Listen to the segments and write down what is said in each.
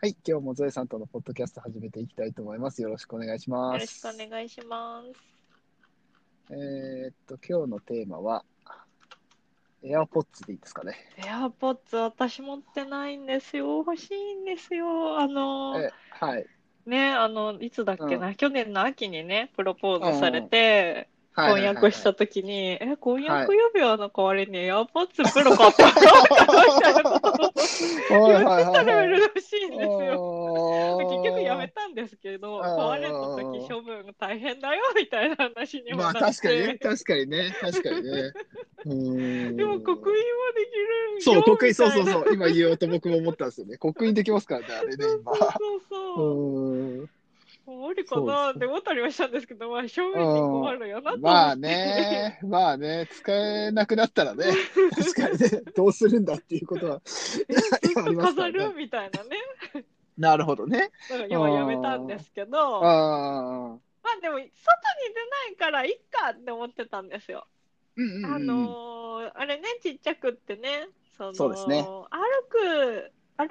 はい、今日もゾエさんとのポッドキャスト始めていきたいと思います。よろしくお願いしよまろしす。くお願いします。えーっと、今日のテーマは、AirPods でいいですかね。エアポッツ私持ってないんですよ。欲しいんですよ。あの、えはい、ね、あの、いつだっけな、去年の秋にね、プロポーズされて、はい。。婚約したた時に、え、婚約指輪の代わりにエアポッツプロ買ったの とかはいはいはい 言ってたらはいはい。嬉しいんですよ。結局やめて。たんですけど、あー壊れた時処分大変だよみたいな話にもまあなっ確かにね、て、確かにね、確かに ね。うーんでも刻印はできるよそう、刻印、そうそみうたいなそう、今言おうと僕も思ったんですよね。刻印できますからね、あれね、今。そううそう。ーん。無理かなって思ったりはしたんですけど、まあ、正面に困るよなと思って。まあ。ね、まあね、使えなくなったら ね、確かにね、どうするんだっていうことはずっ ありとますか飾らねるみたいなね。なるほどね。だから今やめたんですけど、まあああ。でも、外に出ないからいっかって思ってたんですよ。うんうんうん。あのーあれね、ちっちゃくってね、そのそうですね歩く、歩き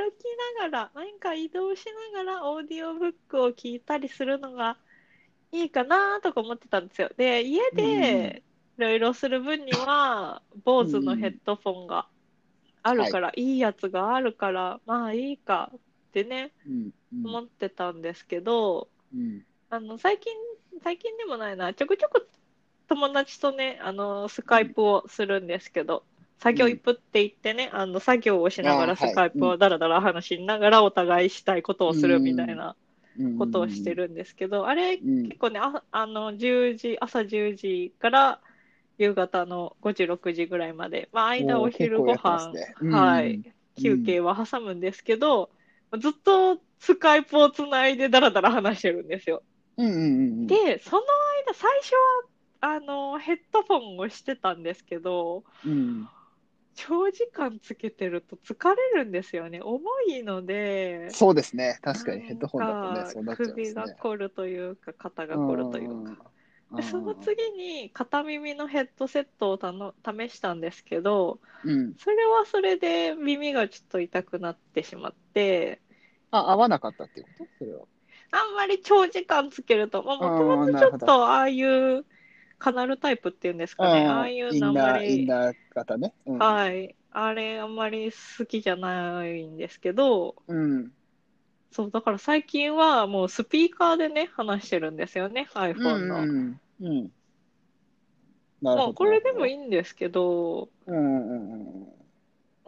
ながら、何か移動しながらオーディオブックを聞いたりするのがいいかなとか思ってたんですよ。で、家でいろいろする分には、BOSE のヘッドフォンがあるから、いいやつがあるから、まあいいかってね、うんうん思ってたんですけど、うんあの最近、最近でもないな、ちょくちょく友達とね、あのスカイプをするんですけど、作業イプって言ってね、あの作業をしながあらーはいスカイプをだらだら話しながらお互いしたいことをするみたいなうんことをして。るんですけど、あれうん結構ね、ああの10時、朝10時から夕方の5時、6時ぐらいまで、まあ、間お昼ご飯、おー結は。構やってますねい、うん休憩は挟むんですけど、ずっとスカイプをつないでだらだら話してるんですよ。うんうんうんうん。で、その間、最初は、あの、ヘッドフォンをしてたんですけど、うん長時間つけてると疲れるんですよね。重いので、そうですね。確かになんヘッドホンだとね、かそうなっちゃいますね。首が凝るというか、肩が凝るというか。うん。で、その次に、片耳のヘッドセットをたの試したんですけど、うん。それはそれで耳がちょっと痛くなってしまって、あ、合わなかったっていうことそれは。あんまり長時間つけると、まあ、もとうもんとなちるょほっどとああいうカナルタイプっていうんですかね、ああいうイのあンんまナー、インり、ナー型ね。うんはい、あれあんまり好きじゃないんですけど、うん。そう、だから最近はもうスピーカーでね、話してるんですよね、iPhone の。うんうん。なるほもどうこれでもいい。いんですけど、うんうんうんう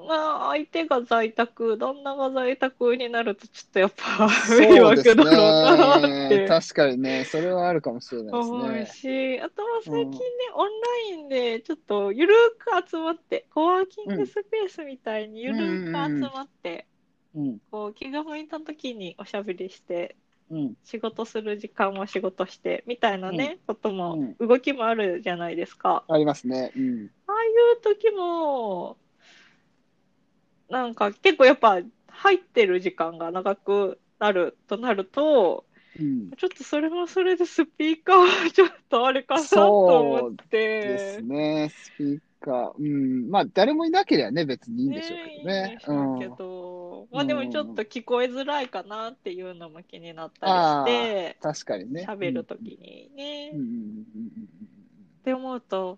ん。まあ、相手が在宅、旦那が在宅になると、ちょっとやっぱ そう迷で惑すだろうなっね。て。確かにね、それはあるかもしれないです思うね。し、あとは最近ねう、オンラインでちょっとゆるく集まって、コワーキングスペースみたいにゆるく集まって、うんこう気が向いた時におしゃべりして、うん仕事する時間も仕事して、みたいなね、ことも、動きもあるじゃないですか。ありますね。うんああいう時も、なんか結構やっぱ入ってる時間が長くなるとなると、うん。ちょっとそれもそれでスピーカーはちょっとあれかなと思っですて。ね、スピーカー。うん。まあ、誰もいなければね、別にいいんでしょうけどいいんねで。しょうけど、まあでもちょっと聞こえづらいかなっていうのも気になったりして、うん確かにね。喋るときにね、うん。うっんうんて思うと、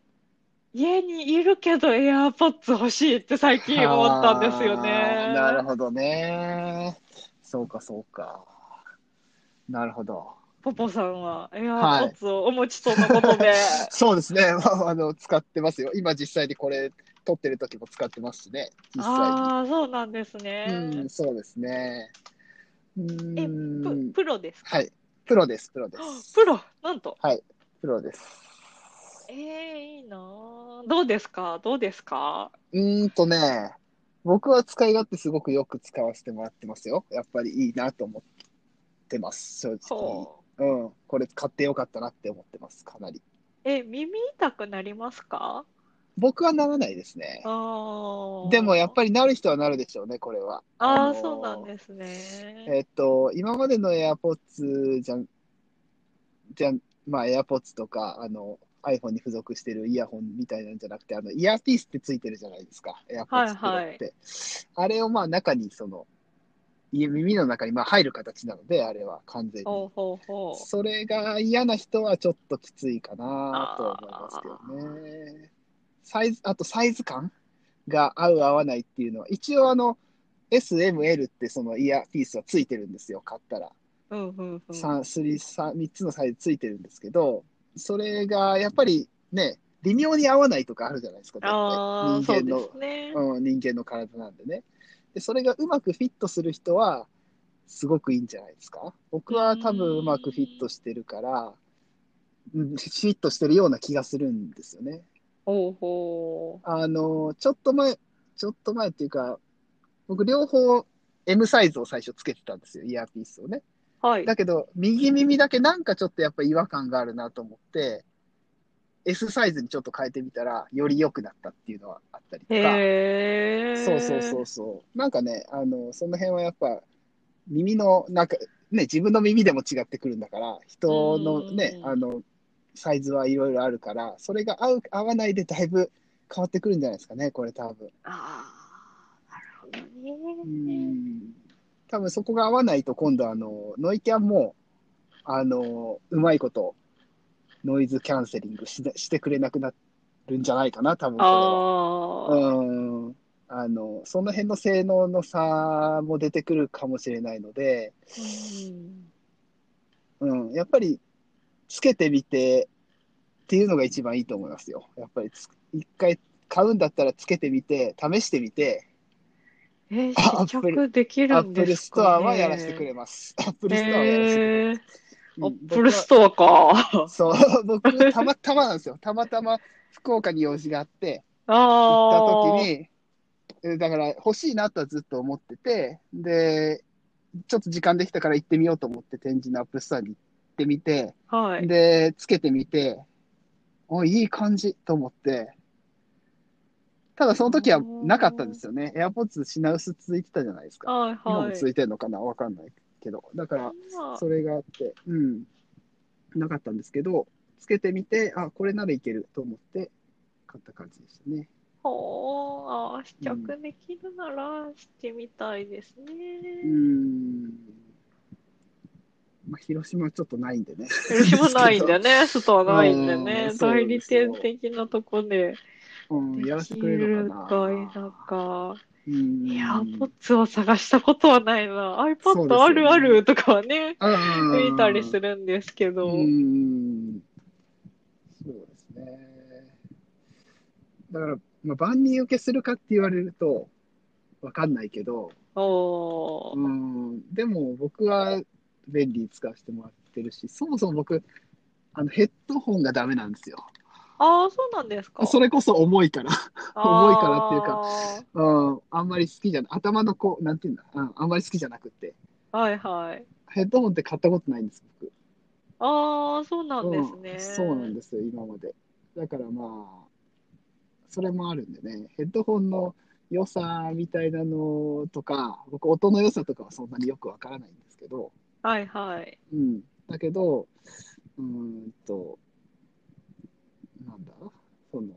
家にいるけど AirPods 欲しいって最近思ったんですよあねー。なるほどね。そうか、そうか。なるほど。ポポさんははい AirPods をお持ちとのこ とで、 そうですね、まあ、あの使ってますよ。今実際にこれ撮ってる時も使ってますしね、実際ああ、そうなんですね。に。うん、そうですね。うープん。プロですかはい。プロです、プロです。プロなんとプロです。ええいいなぁどうですかどうですかうーんとね、僕は使い勝手すごくよく使わせてもらってますよ。やっぱりいいなと思ってます、正直。ほう。うん。これ買ってよかったなって思ってます、かなり。え、耳痛くなりますか僕はならないですねあ。ーでもやっぱりなる人はなるでしょうね、これは。ああ、のーそうなんですね。えっと、今までの AirPods じゃん、じゃん、まあ AirPods とか、あの、iPhone に付属してるイヤホンみたいなんじゃなくて、あの、イヤーピースってついてるじゃないですか、AirPods はいはい Pro って。あれをまあ中にその、い耳の中にまあ入る形なので、あれは完全に。ほうほうほう。それが嫌な人はちょっときついかなと思いますけどね。サイズ、あとサイズ感が合う合わないっていうのは、一応あの、SML ってそのイヤーピースはついてるんですよ、買ったら。うんうんうん。三三三三つのサイズついてるんですけど、それがやっぱりね、微妙に合わないとかあるじゃないですか、絶対ああ、そう人間でのすね。 うん、人間の体なんでね。で、それがうまくフィットする人は、すごくいいんじゃないですか。僕は多分うまくフィットしてるから、うん、フィットしてるような気がするんですよね。ほうほあの、ちょっと前、ちょっと前っていうか、僕両方 M サイズを最初つけてたんですよ、イヤーピースをね。う。はい。だけど、右耳だけなんかちょっとやっぱ違和感があるなと思って、S サイズにちょっと変えてみたら、より良くなったっていうのはあったりとか。へえ。そうそうそうそう。なんかね、あの、その辺はやっぱ、耳の、なんか、ね、自分の耳でも違ってくるんだから、人のねう、んあの、サイズはいろいろあるから、それが合う、合わないでだいぶ変わってくるんじゃないですかね、これ多分。ああ、なるほうどね。ん。多分そこが合わないと、今度あの、ノイキャンも、あの、うまいこと、ノイズキャンセリングしなしてくれなくなるんじゃないかな、多分これは。ああ、うんあのその辺の性能の差も出てくるかもしれないので、うんうん、やっぱりつけてみてっていうのが一番いいと思いますよ。やっぱりつ一回買うんだったらつけてみて、試してみて、え、あ試着できアるんップでルすストアかね。はやらせてくれます。アップルストアはやらせてくれへえ、アます。ップルストアか。アそう、僕、たまたまなんですよ。たまたま福岡に用事があって、行あっあ、た時にえ、だから欲しいなとはずっと思ってて、で、ちょっと時間できたから行ってみようと思って展示のアップストアに行ってみて、はい。で、つけてみて、お、いい感じと思って、ただその時はなかったんですよね。AirPods 品薄続いてたじゃないですか。はい今もはい。続いてるのかなわかんないけど。だから、まあそれがあって、うん、なかったんですけど、つけてみて、あ、これならいけると思って買った感じでしたね。ほう、あー試着できるならしてみたいですね。うーんまあ、広島はちょっとないん でね。広島ないんだ よね、ストアないんだようねん。そう代で理すよ店的なとこでうん、でやらせきてくれるるのかかな。否か。うんいや、AirPods は探したことはないな。そうです iPad よねあるあるとかはね、うん見たりするんですけど。うん。そうですね。だから、まあ、万人受けするかって言われると、わかんないけど、おー。うん、でも僕は便利に使わせてもらってるし、そもそも僕、あのヘッドホンがダメなんですよ。ああ、そうなんですか。それこそ重いから。重いからっていうかあうん、あんまり好きじゃな頭のこう、なんていうんだ、うん、あんまり好きじゃなくて、ーはいはい。ヘッドホンって買ったことないんです、僕。ああ、そうなんですね。うんそうなんですよ、今まで。だからまあ、それもあるんでね、ヘッドホンの良さみたいなのとか、僕、音の良さとかはそんなによくわからないんですけど、はいはい。うん、だけど、うーんと、なんだ、その、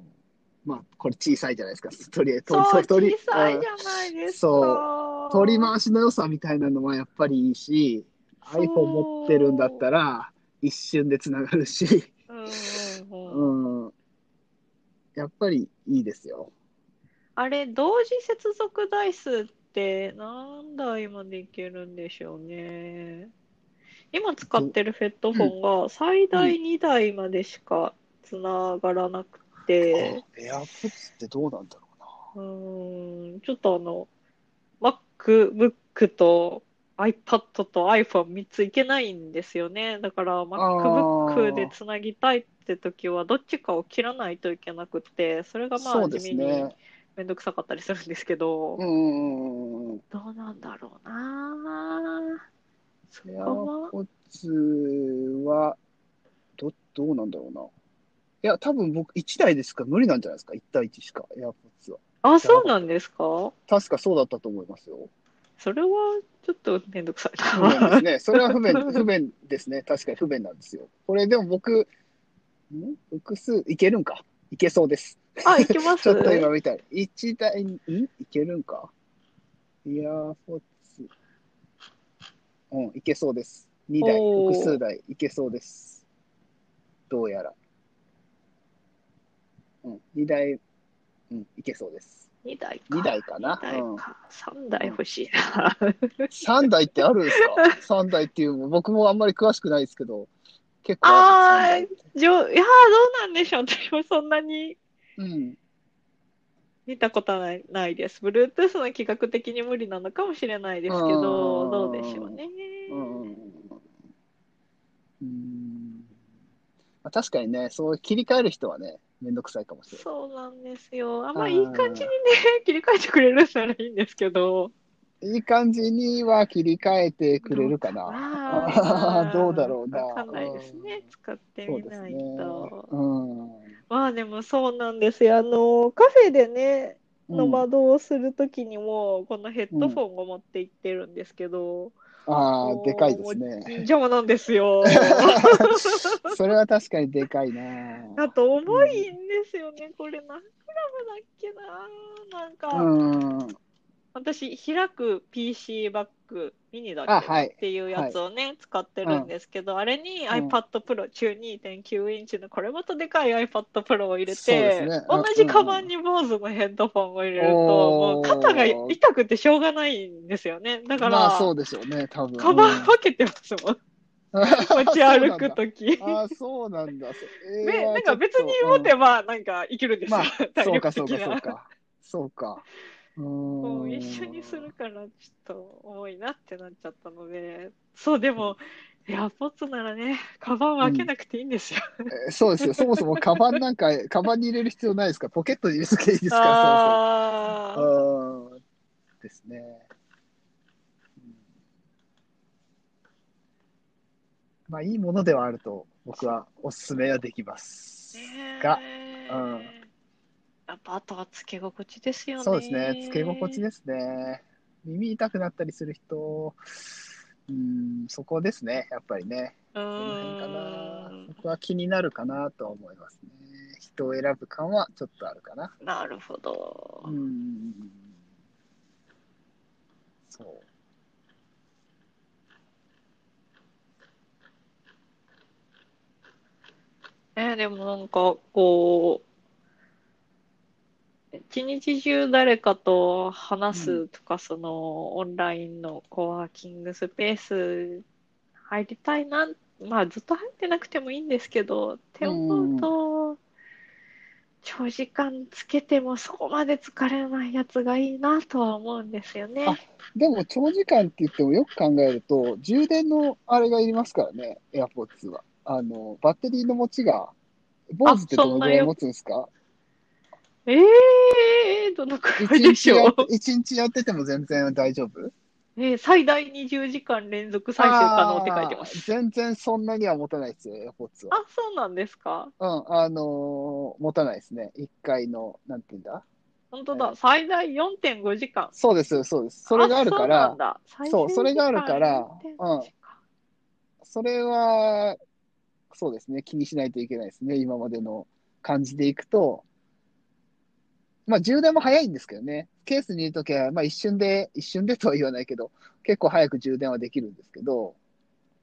まあ、これ小さいじゃないですか、とりあえず、そう、とと小りさいうんじゃないですそか。取り回しの良さみたいなのはやっぱりいいし、そう iPhone 持ってるんだったら、一瞬でつながるし、うんうんうんうん、やっぱりいいですよ。あれ、同時接続台数って何台までいけるんでしょうね。今使ってるヘッドフォンが最大2台までしかつながらなくて、エアポッツってどうなんだろうな。うーん、ちょっとあの、MacBook と iPad と iPhone3 ついけないんですよね。だからー MacBook でつなぎたいって時はどっちかを切らないといけなくって、それがまそあうで地す味にね。めんどくさかったりするんですけど。うんうんうんうん。どうなんだろうなそエアこはポッツは、ど、どうなんだろうな。いや、多分僕、1台ですか無理なんじゃないですか。1対1しか、エアポッツは。あそうなんですか確かそうだったと思いますよ。それはちょっとめんどくさい不便でなすね。それは不便、不便ですね。確かに不便なんですよ。これでも僕、ん複数いけるんかいけそうです。 あいけまちすょっと今見たら、1台に、んいけるんかいやー、フォッツ。うん、いけそうです。2台、おー複数台、いけそうです。どうやら。うん、2台、うん、いけそうです。 2台か。 2台かな2。台か。3台欲しいな。 3台ってあるん ですか ?3 台っていう、僕もあんまり詳しくないですけど、結構ああーるんです、じょいやー、どうなんでしょう。私もそんなに三台って見たことはないないです。Bluetooth の規格的に無理なのかもしれないですけうんど、どうでしょうね。うん。うん。うんまあ確かにね、そう切り替える人はね、めんどくさいかもしれない。そうなんですよ。あんまいい感じにね、 切り替えてくれるならいいんですけど。いい感じには切り替えてくれるかな。あ ーどうだろうなわかんないですね。使ってそうみですなねいと。。うん。まあでもそうなんですよ。あの、カフェでね、ノマドをするときにも、このヘッドフォンを持って行ってるんですけど、あもあ、うでかいですね。 邪魔なんですよ。 それは確かにでかいな。あと重いんですよね、これ何グラムだっけななんか、うん。私開く PC バッグミニだっけあ、はいっ。ていうやつをね、使ってるんですけど、あれにん iPad Pro、中2.9インチのこれまたでかい iPad Pro を入れそうでて、すねうん同じカバンに坊主のヘッドフォンを入れると、もうおー肩が痛くてしょうがないんですよね。だから、まあそうでしょうね、多分。カバン分けてますもん。持ち歩くとき。うん。ああ、そうなんだ。そえーで、なんちょかっと別に持てば、なんかいけるんですよ。まあ 体そうか、そ力う的か、そな。うか。そうか。うもん。う一緒にするからちょっと重いなってなっちゃったので、そうでも、いや、ポッツならね、カバンは開けなくていいんですよ。えーそうですよ。そもそもカバン なんか、カバンに入れる必要ないですから、ポケットに入れとけばいいですから、あそもそーも。うんですね。うんまあ、いいものではあると、僕はおすすめはできます。が、ねえうんやっぱあとはつけ心地ですよね。そうですね。つけ心地ですね。耳痛くなったりする人、うん、そこですね。やっぱりね。うその辺かー。。なん僕は気になるかなとは思いますね。人を選ぶ感はちょっとあるかな。なるほど。うん。そう。えでもなんかこう一日中誰かと話すとか、そのオンラインのコワーキングスペース入りたいなまあずっと入ってなくてもいいんですけどって思うと長時間つけてもそこまで疲れないやつがいいなとは思うんですよねあ。でも長時間って言ってもよく考えると、充電のあれがいりますからね、AirPods は。あの、バッテリーの持ちが、坊主ってどのぐらい持つんですかええー、どのく一らいで日しやょっう。一日やってても全然大丈夫 えー最大20時間連続再生可能って書いてまあーす。全然そんなには持たないですよ、AirPods は。あ、そうなんですか。うん、あのー持たないですね。一回の、なんていうんだ本当はだ。い最大4.5時間。そうです、そうです。それがあるから、そうなんだ最大そうそれがあるから4.5時間それは、そうですね、気にしないといけないですね。今までの感じでいくと、まあ、充電も早いんですけどね。ケースにいるときは、まあ、一瞬で、一瞬でとは言わないけど、結構早く充電はできるんですけど、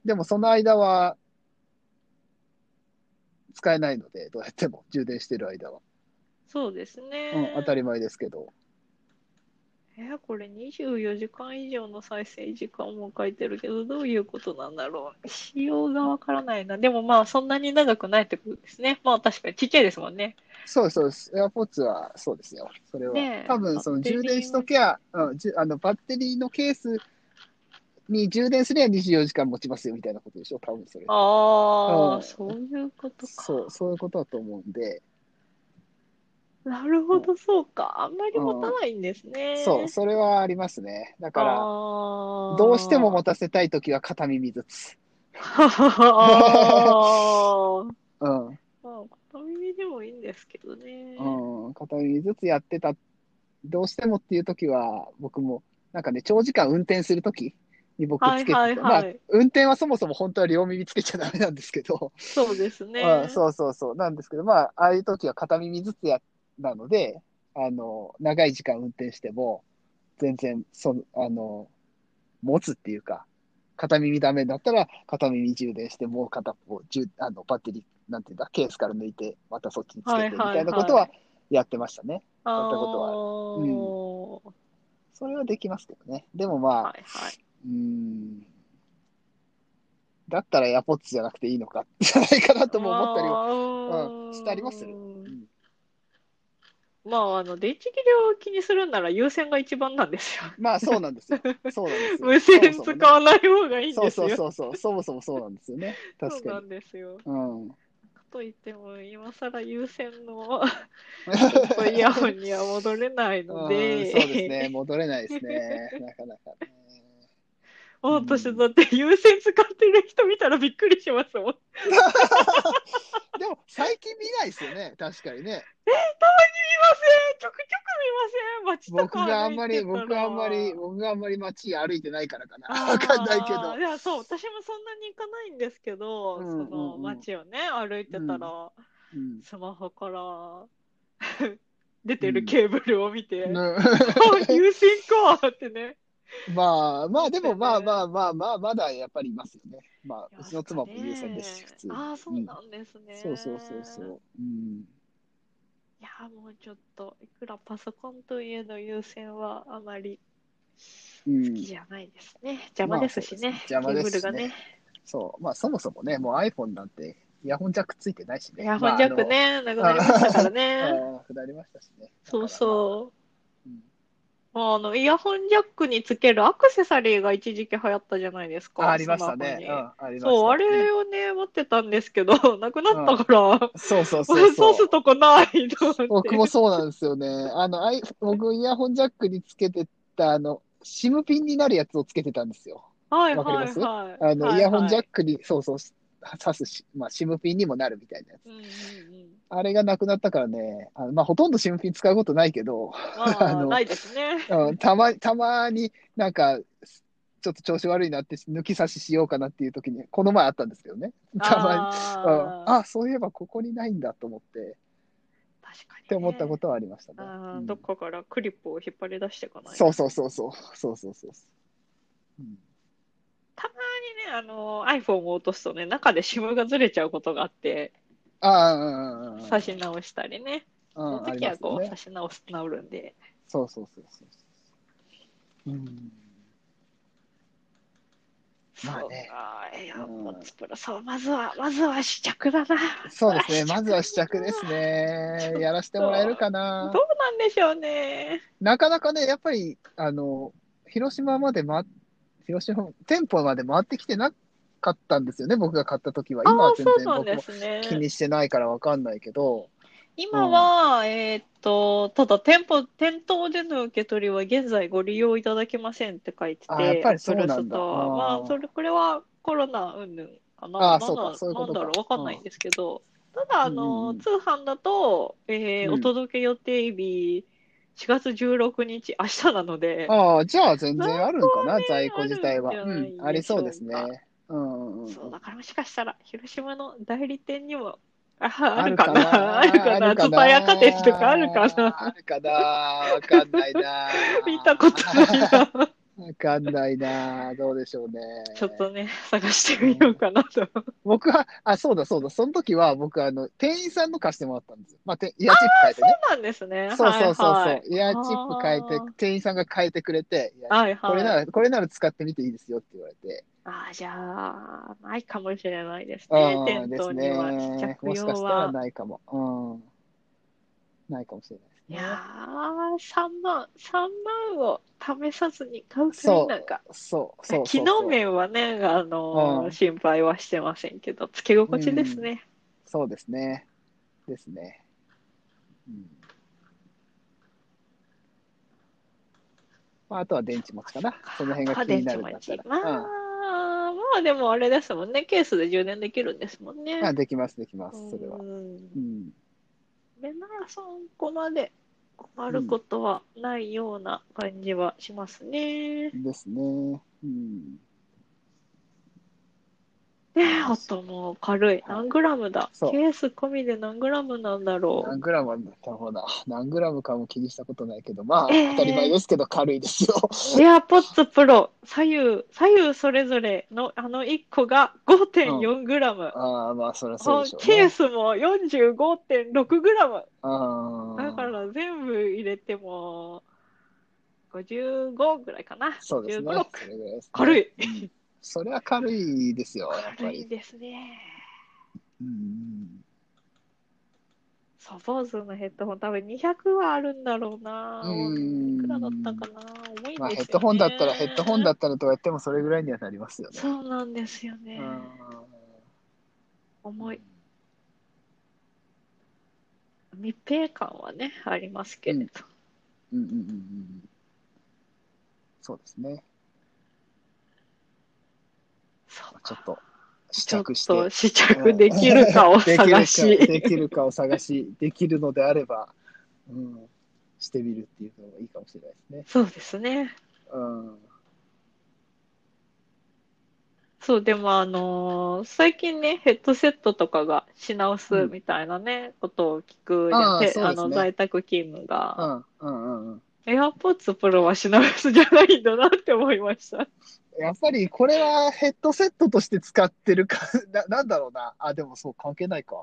でもその間は、使えないので、どうやっても、充電してる間は。そうですうんね、。当たり前ですけど。えーこれ24時間以上の再生時間も書いてるけど、どういうことなんだろう。仕様がわからないな。でもまあ、そんなに長くないってことですね。まあ、確かにちっちゃいですもんね。そうです、そうです。AirPods はそうですよ。それは。ねえ多分、そのバッテリー充は電しとけば、うん、じゅあのバッテリーのケースに充電すれば24時間持ちますよみたいなことでしょ、多分それ。あうんあ、そういうことか。そう、そういうことだと思うんで、なるほど、そうか。あんまり持たないんですね。そう、それはありますね。だから、あーどうしても持たせたいときは片耳ずつ。 うあーん、まあ、片耳でもいいんですけどね。うん、片耳ずつやってた、どうしてもっていうときは、僕も、なんかね、長時間運転するときに僕つけてて、はいはいはいまあ、運転はそもそも本当は両耳つけちゃダメなんですけど、そうですね。うん、そうそうそう。なんですけど、まあ、ああいう時は片耳ずつや、なので、あの、長い時間運転しても、全然、その、あの、持つっていうか、片耳ダメだったら、片耳充電して、もう片方、充あのバッテリー、なんていうんだ、ケースから抜いて、またそっちにつけて、みたいなことはいははいやってましたね。あやったことはーそれはできますけどね。でもまあ、はいはい。うーん。だったらエアポッツじゃなくていいのか、じゃないか なとも思ったりは。はうんしたりはするんまあ、あの、電池切れを気にするんなら優先が一番なんですよ。まあ、そうなんですよ。 そうなんですよ。無線使わない方がいいんそでうすそうよ。そうそう。そもそもそうなんですよね。確そうなかに。んですよ。うん。かといっても、今更優先の イヤホンには戻れないのうんで、そうですね。戻れないですね。なかなかね。もう私だって優先使ってる人見たらびっくりしますもん。でも、最近見ないですよね。確かにね。見ませんちょくちょく見ません街と僕かがあん歩まいてり、たら僕はあんまり、僕があんまり街歩いてないからかな。あーわかんないけど。いやそう私もそんなに行かないんですけど、うんうんうんその街をね歩いてたら、うんスマホから 出てるケーブルを見て、あ優先かってねまあまあでもまあまあまあまあまだやっぱりいますよね。まあうちの妻も優先ですし普通に。ああそうなんですね、そうそうそうそう。うん。いやーもうちょっといくらパソコンといえど優先はあまりうん好きじゃないですね、邪魔ですしね,、まあそうですね邪魔ケーブでルすしがねねそう。まあそもそもね、もう iPhone なんてイヤホンジャックついてないしね。いや、本ジャックね、なくなりましたまからあ。あの ね。ああ、なくなりましたしね。そうう。そうんう。もうあの、イヤホンジャックにつけるアクセサリーが一時期流行ったじゃないですか。あありましたスマホねに。うん、ありました。そう、あうんれをね、持ってたんですけど、なくなったから、そうそうソ そうそうー。スとこないと思って。僕もそうなんですよね。あの、アイ僕イヤホンジャックにつけてた、あの、シムピンになるやつをつけてたんですよ。はいわかりはまいすはい。あの、イヤホンジャック。クに、そうそう、挿すし、まあ、シムピンにもなるみたいなやつ。うんうんうん。あれがなくなったからね、あのまあ、ほとんどシムピン使うことないけど、ま ああ、のないですね。うん、たま、たまになんか、ちょっと調子悪いなって、抜き差ししようかなっていう時に、この前あったんですけどね。たまに。うんあーあ、そういえばここにないんだと思って、っ確かにね。って思ったことはありましたね。あうーんどっかからクリップを引っ張り出していかないとそうそうそうそう。そうそうそうそう。うんたまにね、あの、iPhone を落とすとね、中で SIM がずれちゃうことがあって、ああ、うんうんうんうん。差し直したりね。うそんのあり時まはすよこう、ね差し直す、直るんで。そうそうそうそうそう。うん。まあねそうか。エアうんポッツプロ、そう、まずは、まずは試着だな。そうですね。まずは試着です ね。やらせてもらえるかどなう。なんでしょうね。なかなかね、やっぱり、あの、広島まで回、広島、店舗まで回ってきてなかったんですよね。僕が買った時は。ああ今はー、全そう然なん僕でもすね。気にしてないからわかんないけど。今は、えーっと、ただ店舗、店頭での受け取りは現在ご利用いただけませんって書いてて、あやっぱりそうなんだ Apple ストアあーまあ、それ、これはコロナ云々かな。あーなんだそうかそういうことかなんだろう、わかんないんですけど、ただ、あうんうんうの、ん通販だと、えーうんお届け予定日、4月16日、明日なので、ああ、じゃあ全然あるんかな、在在庫庫はね自体は。あうるんじゃないん、ありそうですでしょうね。うんうんうん。そう、だからもしかしたら、広島の代理店にも、あー、ああるるかかなな、あるかな、ツタヤカテとかあるかあな、るかなわかんないな 見たことないな。わかんないなどうでしょうね。ちょっとね、探してみようかなと。僕は、あ、そうだそうだ、その時は僕、あの、店員さんの貸してもらったんですよ。まあ、てイヤーチップ変えてね。そうなんですね。そうそうそうはそいうはい。。イヤーチップ変えあーて、店員さんが変えてくれて、いやはいはい。これなら、これなら使ってみていいですよって言われて。ああ、じゃあ、ないかもしれないですあね。あ店で頭すにはね。着もしか用したらは。ないかも。うん。ないかもしれないですいね。やー、3万、三万を試さずに買うというなんか、そうそうそうそう。機能面はね、あのーうん心配はしてませんけど、つけ心地ですね。そうですね。ですね。うんまあ、あとは電池持ちかな。その辺が気になるんだったら。まあ、まあでもあれですもんね。ケースで充電できるんですもんうね。ん、まあ、できます、できます。それはう。んうん。メマラソンこまで困ることはないような感じはしますね。ですね。うん。ねえ、あともう軽い。何グラムだ。ケそうース込みで何グラムなんだろう。何グラムあるんだったほな。何グラムかも気にしたことないけど、まあ、ええ当たり前ですけど、軽いですよ。エアポッ d プロ左右、左右それぞれのあの1個が5.4グラム。 ああ、まあ、そりゃそうでしょうケーね。スも45.6グラム。ああだから全部入れても55ぐらいかな。そうですね。 16それぐらいですね軽い。うんそれは軽いですよ、やっぱ軽いり。ですね。うんうんそう、坊主のヘッドホン多分200はあるんだろうな。うんいくらだったかな。重いんですよ、ね。まあ、ヘッドホンだったら、ヘッドホンだったらとか言っても、それぐらいにはなりますよね。そうなんですよね。重い。密閉感はね、ありますけれど。うんうんうんうんうん。そうですね。そうちょかっと試ちょっ着してと。試着できるかを探できるかし。できるかを探し、できるのであれば、うん、してみるっていうのがいいかもしれないですね。そうですね。うん。そう、でもあのー最近ね、ヘッドセットとかが品薄みたいなね、ことを聞くじゃあんあでそうあですねの、在宅勤務うが。んうんうんうん。 AirPods Pro は品薄じゃないんだなって思いました。やっぱりこれはヘッドセットとして使ってるか、ななんだろうな。あ、でもそう、関係ないか。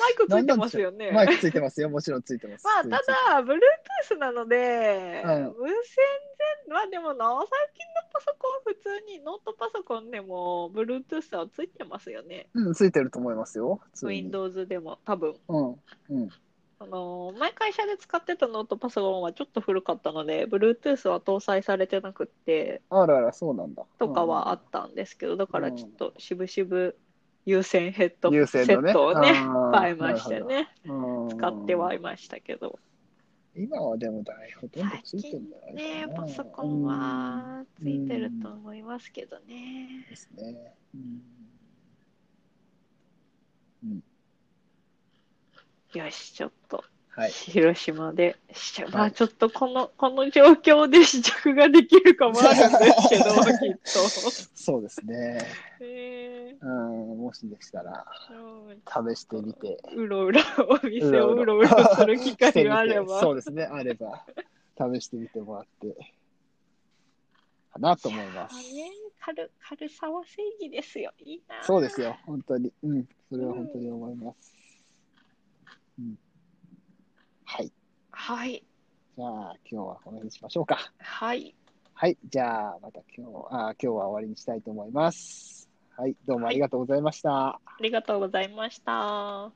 マイクついてますよね。マイクついてますよ。もちろんついてます。まあ、ついたてますだ、Bluetooth なので、うん無線全、まあでもな、最近のパソコン、普通にノートパソコンでも、Bluetooth はついてますよね。うん、ついてると思いますよ。普通に Windows でも、多分。うん。うん。あの前会社で使ってたノートパソコンはちょっと古かったので、Bluetooth は搭載されてなくって、あらあら、そうなんだ。とかはあっうたんですけど、だからちょっと渋々優先ヘッド優セ先のねットをね、あー買いましてなるね、ん、うん使ってはいましたけど、今はでも大ほとんどついてるんじゃないね、かな。パソコンうん。はついてるとうん思いますけどね。ですね。うん。うん、よし、ちょっとはい。広島で試着、まはあいちょっとこの、この状況で試着ができるかもあるんです けど、きっと。そうですね。えーうん、もしでしたら、うん試してみて。うろうろ、お店をうろうろする機会があれば。 そうですね、あれば、試してみてもらって、かなと思います。いやーね軽軽さは正義ですよ。いいな。そうです。よ、本当に。うん、それは本当に思います。うん。はい。はい。じゃあ、今日はこの辺にしましょうか。はい。はい。じゃあ、また今日、あー今日は終わりにしたいと思います。はい。どうもありがとうございました。ありがとうございました。